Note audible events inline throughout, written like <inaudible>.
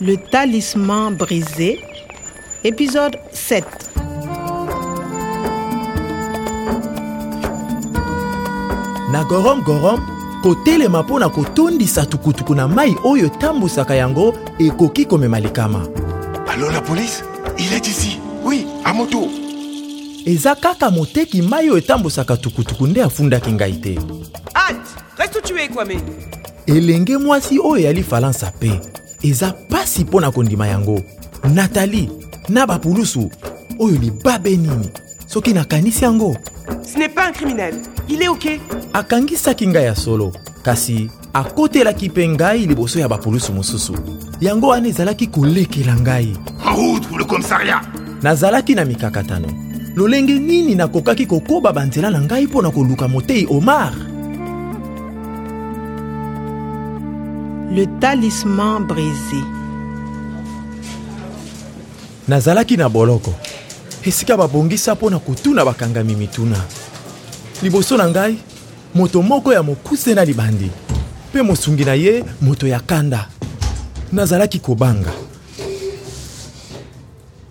Le talisman brisé, épisode 7. na gorom-gorom kotelema mpo na kotondisa tukutuku na mai oyo etambwisaka yango ekoki komema likama Alors la police Il est ici Oui, à moto eza kaka moteki mai oyo etambwisaka tukutuku nde afundaki ngai te Halte Reste où tu es, Kwame elenge mwasi oyo eyali faransa mpe eza pasi mpo na kondima yango natali na bapulusu oyo libabe nini soki nakanisi yango Ce n'est pas un criminel. Il est OK. akangisaki ngai ya solo kasi akotelaki mpe ngai liboso ya bapulusu mosusu yango wana ezalaki kolekela ngai En route pour le commissariat nazalaki na mikakatano lolenge nini nakokaki kokoba banzela na ngai mpo na koluka motei omar Le talisman brisé. nazalaki na boloko esika babongisa mpo na kotuna bakangami mituna liboso na ngai moto moko ya mokuse na libandi mpe mosungi na ye moto ya kanda nazalaki kobanga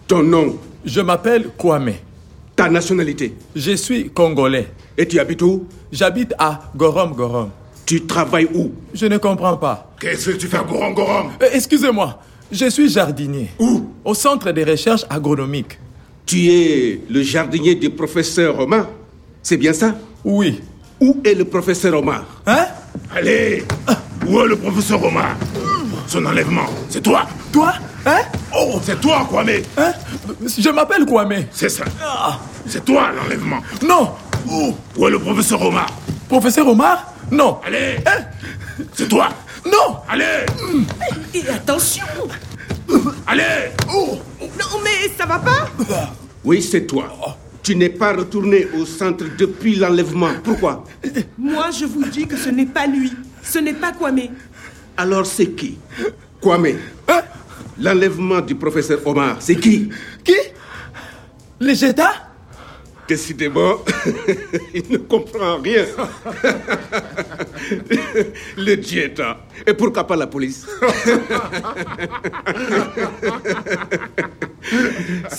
Ton nom, Je m'appelle Kwame. ta nationalité. Je suis congolais. Et tu habites où J'habite à Gorom Gorom. Tu travailles où Je ne comprends pas. Qu'est-ce que tu fais, Gorongorom Euh, Excusez-moi. Je suis jardinier. Où Au centre de recherche agronomique. Tu es le jardinier du professeur Omar C'est bien ça Oui. Où est le professeur Omar Hein Allez Où est le professeur Omar Son enlèvement, c'est toi Toi Hein Oh, c'est toi, Kwame Hein Je m'appelle Kwame. C'est ça Ah. C'est toi, l'enlèvement Non Où Où est le professeur Omar Professeur Omar Non Allez C'est toi Non Allez Et attention Allez Oh Non, mais ça va pas Oui, c'est toi. Tu n'es pas retourné au centre depuis l'enlèvement. Pourquoi Moi, je vous dis que ce n'est pas lui. Ce n'est pas Kwame. Alors c'est qui Kwame. L'enlèvement du professeur Omar, Hein? c'est qui Qui Les Jeta Décidément, <laughs> il ne comprend rien. <laughs> le diéta. Et pourquoi pas la police <laughs>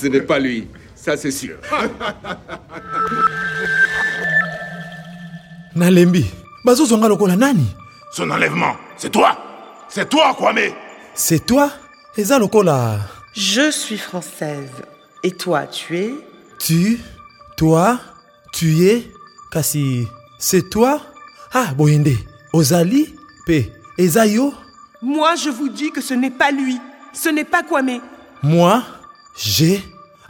Ce n'est pas lui, ça c'est sûr. nalembi bazozonga lokola nani Son enlèvement, c'est toi C'est toi, Kwame se toi eza lokola Je suis française. Et toi, tu es tu toi tu ye kasi se toi ah boye nde ozali mpe eza yo Moi, je vous dis que ce n'est pas lui. Ce n'est pas Kwame. moi je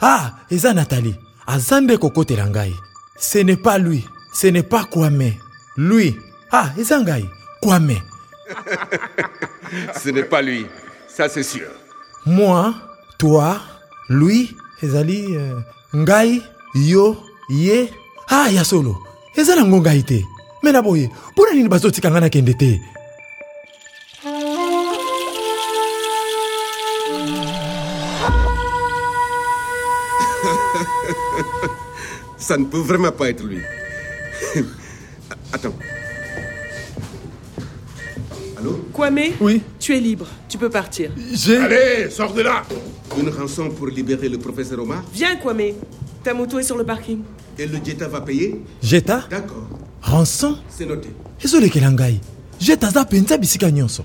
ah eza natali aza nde kokotela ngai ce n'est pas lui ce n'est pas kwame lui ah eza ngai kwame Ce n'est pas lui, ça c'est sûr. moi toi lui ezali euh, ngai yo ye ah ya solo eza nango ngai te me na boye mpona nini bazotika ngai nakende te Ça ne peut vraiment pas être lui. <laughs> Attends. Allô Kwame Oui. Tu es libre. Tu peux partir. Je... Allez, Eh, sors de là Une rançon pour libérer le professeur Omar Viens, Kwame. Ta moto est sur le parking. et le diéta va payer jeta D'accord, ranson c'est noté. ezolekela ngai jeta aza mpenza bisika nyonso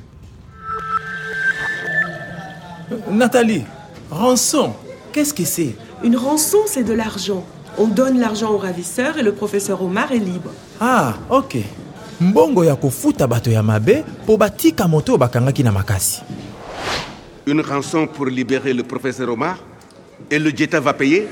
Nathalie. Rançon. Qu'est-ce que c'est Une rançon, c'est de l'argent. On donne l'argent au ravisseur et le professeur Omar est libre. ah ok mbongo ya kofuta bato ya mabe mpo batika moto oyo bakangaki na makasi Une rançon pour libérer le professeur Omar Et le diéta va payer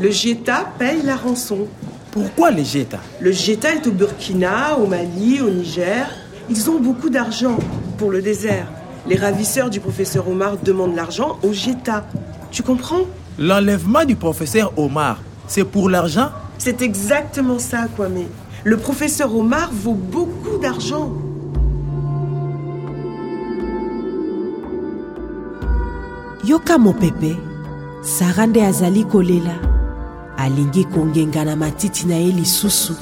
Le Geta paye la rançon. Pourquoi les Jeta Le Geta est au Burkina, au Mali, au Niger. Ils ont beaucoup d'argent pour le désert. Les ravisseurs du professeur Omar demandent l'argent au Geta. Tu comprends L'enlèvement du professeur Omar, c'est pour l'argent C'est exactement ça, Kwame. Le professeur Omar vaut beaucoup d'argent. yoka mopepe sara nde azali kolela alingi kongenga na matiti na ye lisusu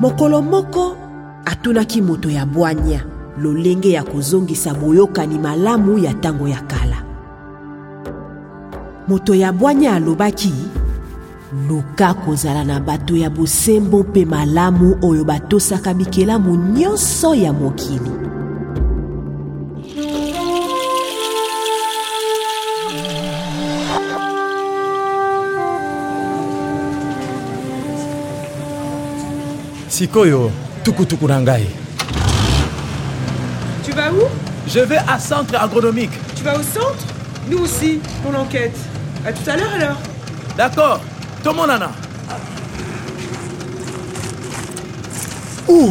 mokolo moko atunaki moto ya bwanya lolenge ya kozongisa boyokani malamu ya ntango ya kala moto ya bwanya alobaki luka kozala na bato ya bosembo mpe malamu oyo batosaka bikelamu nyonso ya mokili sikoyo tukutuku na ngai Tu vas où Je vais à centre agronomique. Tu vas au centre Nous aussi, pour l'enquête. À tout à l'heure alors. D'accord. Tomonana. uh,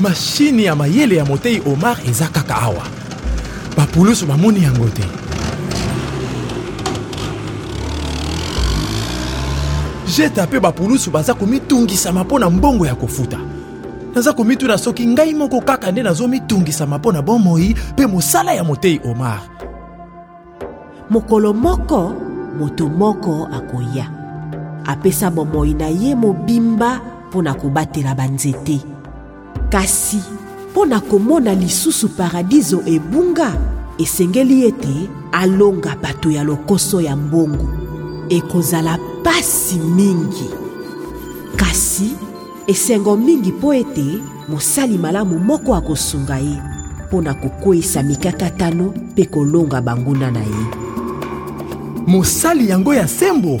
mashini ya mayele ya motei omar eza kaka awa bapulusu bamoni yango te jeta mpe bapulusu baza komitungisama mpo na mbongo ya kofuta naza komituna soki ngai moko kaka nde nazomitungisama mpo na bomoi mpe mosala ya motei omar mokolo moko moto moko akoya apesa bomoi na ye mobimba mpo na kobatela banzete kasi mpo na komona lisusu paradiso ebunga esengeli ete alonga bato ya lokoso ya mbongo ekozala pasi mingi kasi esengo mingi mpo ete mosali malamu moko akosunga ye mpo na kokweyisa mikakatano mpe kolonga banguna na ye mosali yango ya sembo